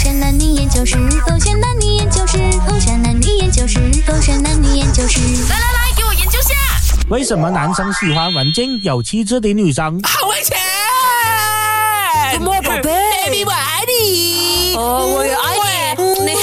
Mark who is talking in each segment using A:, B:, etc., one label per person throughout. A: 就是狗血男女研究室，狗血男女研究室，狗血男女研究室。
B: 来来来，给我研究下。
C: 为什么男生喜欢文静有气质的女生？
B: 好危险！
D: 怎么宝贝
B: ？Baby，我爱你。
D: 哦我也爱你
B: 嗯
D: 你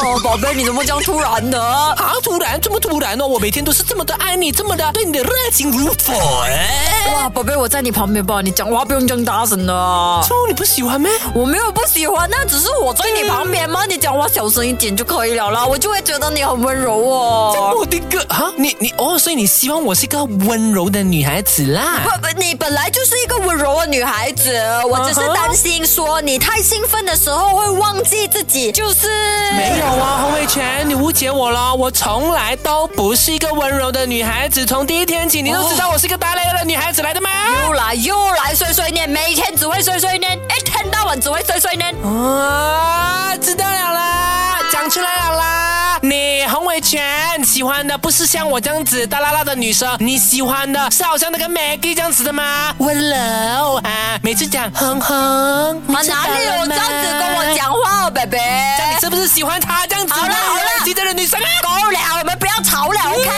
D: 哦，宝贝，你怎么这样突然的？
B: 好啊突然，这么突然哦！我每天都是这么的爱你，这么的对你的热情如火。哎，
D: 哇，宝贝，我在你旁边吧，你讲话不用这样大声的。
B: 哦，你不喜欢咩？
D: 我没有不喜欢，那只是我在你旁边嘛，你讲话小声一点就可以了啦，我就会觉得你很温柔哦。
B: 我的哥啊，你你哦，所以你希望我是一个温柔的女孩子 啦？
D: 不不，你本来就是一个温柔的女孩子，我只是担心说你太兴奋的时候会忘记自己，就是
B: 没有啊，洪伟全，你误解我了，我从来都不是一个温柔的女孩子，从第一天起你都知
D: 哦
B: 道我是个大咧咧的女孩子来的吗？
D: 又来又来碎碎念，每天只会碎碎念，一天到晚只会碎碎念。
B: 啊，知道了啦，讲出来了啦。你洪伟全喜欢的不是像我这样子大啦啦的女生，你喜欢的是好像那个 Maggie 这样子的吗？温柔啊，每次讲哼哼，你
D: 啊，
B: 知道
D: 哪里
B: 了
D: 有
B: 吗
D: 这样子跟我？讲话哦，贝贝？
B: 这样你是不是喜欢她这样子呢？
D: 好了好了
B: 记得的女生啊。
D: 够了，我们不要吵了，OK？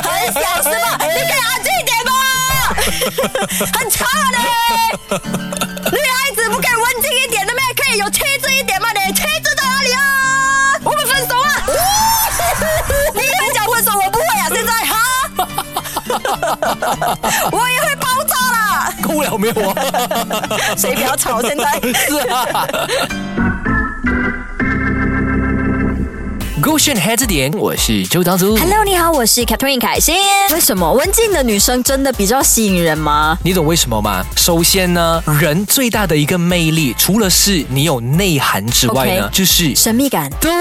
D: 很小是吧？你给我安静一点吧，很吵的。女孩子不可以文静一点的咩？可以有气质一点吗？你气质在哪里啊？我们分手啊！你会讲分手，我不啊会啊！现在哈，我也会爆炸啦！
B: 够了没有啊？
D: 谁不要吵？现在。
B: 是 啊。勾选黑字典，我是周当祖。
D: Hello，你好，我是 Catherine 凯欣。为什么文静的女生真的比较吸引人吗？
B: 你懂为什么吗？首先呢，人最大的一个魅力，除了是你有内涵之外呢
D: OK
B: 就是
D: 神秘感。
B: 对，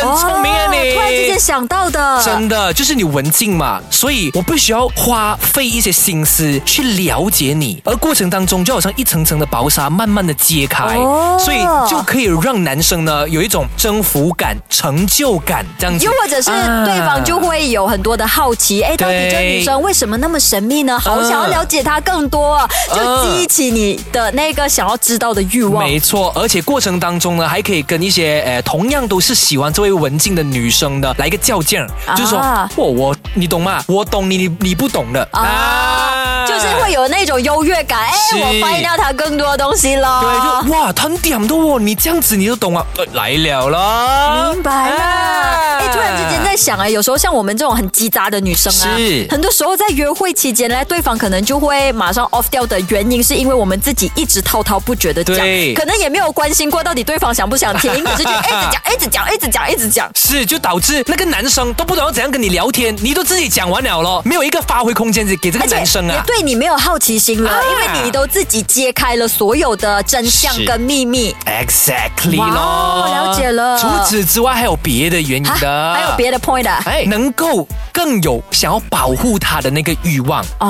B: 很聪明啊你。
D: 哦突然之间想到的，
B: 真的就是你文静嘛，所以我不需要花费一些心思去了解你，而过程当中就好像一层层的薄纱慢慢的揭开，
D: 哦
B: 所以就可以让男生呢有一种征服感、成就感这样子。啊
D: 又或者是对方就会有很多的好奇，哎、到底这
B: 对
D: 女生为什么那么神秘呢？好
B: 嗯
D: 想要了解她更多啊，就
B: 嗯
D: 激起你的那个想要知道的欲望。
B: 没错，而且过程当中呢，还可以跟一些呃同样都是喜欢这位文静的女生呢来一个较劲儿，
D: 啊
B: 就是说我我你懂吗？我懂你，你你不懂的
D: 啊就是会。有那种优越感，哎、
B: 是
D: 我发现到她更多东西了。
B: 对，就哇，他点的哦，你这样子你都懂啊，呃来了啦，
D: 明白了。
B: 啊
D: 哎，突然之间在想，哎，有时候像我们这种很叽喳的女生啊
B: 是，
D: 很多时候在约会期间呢，对方可能就会马上 off 掉的原因，是因为我们自己一直滔滔不绝的讲
B: 对，
D: 可能也没有关心过到底对方想不想听，可是就一直讲，一直讲，一直讲，一直讲。
B: 是，就导致那个男生都不懂要怎样跟你聊天，你都自己讲完了咯，没有一个发挥空间给这个
D: 而且
B: 男生
D: 也
B: 啊。
D: 对你没有好奇心了，
B: 啊
D: 因为你都自己揭开了所有的真相
B: 是
D: 跟秘密。
B: Exactly
D: 哇
B: 咯，
D: 了解了
B: 除此之外还有别的原因的，
D: 啊还有别的 point 啊？
B: 哎，能够更有想要保护他的那个欲望。啊，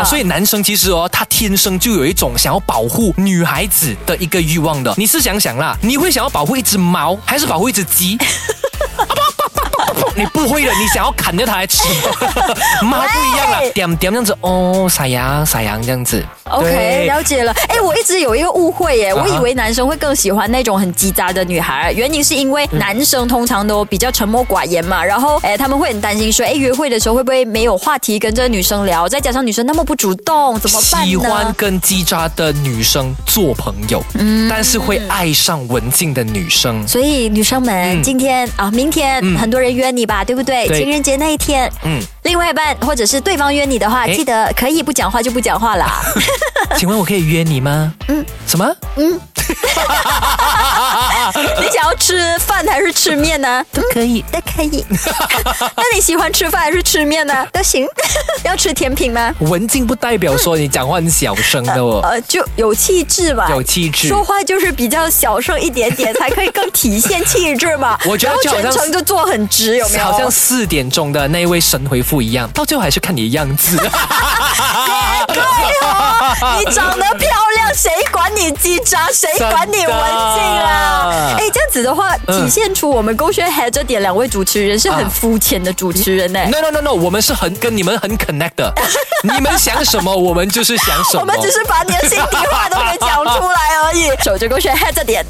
D: 啊，
B: 所以男生其实哦，他天生就有一种想要保护女孩子的一个欲望的。你是想想啦，你会想要保护一只猫，还是保护一只鸡？你不会的，你想要砍掉它来吃，猫不一样了，点点这样子哦，撒羊撒羊这样子。
D: OK，
B: 对
D: 了解了。哎，我一直有一个误会耶，
B: 啊
D: 我
B: 哈
D: 以为男生会更喜欢那种很叽喳的女孩，原因是因为男生通常都比较沉默寡言嘛，然后哎，他们会很担心说，哎，约会的时候会不会没有话题跟这个女生聊？再加上女生那么不主动，怎么办
B: 喜欢
D: 呢？
B: 跟叽喳的女生做朋友，但是会爱上文静的女生。
D: 所以女生们，
B: 嗯
D: 今天啊，明天
B: 嗯
D: 很多人约你吧，对不对？
B: 对
D: 情人节那一天，
B: 嗯，
D: 另外一半或者是对方约你的话，
B: 哎
D: 记得可以不讲话就不讲 话啦。
B: 请问我可以约你吗？嗯，什么？
D: 你想要吃饭还是吃面呢？都可以，都可以。 那你喜欢吃饭还是吃面呢？都行。 要吃甜品吗？
B: 文静不代表说你讲话很小声的哦。
D: 呃，就有气质吧。
B: 有气质
D: 说话就是比较小声一点点，才可以更体现气质嘛
B: 。我觉得就好像
D: 然后全程就坐很直，有没有？
B: 好像四点钟的那一位神回复一样，到最后还是看你的样 子。啊
D: 哎你长得漂亮，谁管你叽喳，谁管你文静啊
B: 真的？
D: 哎，这样子的话，
B: 嗯
D: 体现出我们勾选 head 这点两位主持人是很
B: 啊
D: 肤浅的主持人呢、
B: No no no no，我们是很跟你们很 connect 的，你们想什么，我们就是想什么。
D: 我们只是把你的心底话都给讲出来而已。守着勾选 head 这点。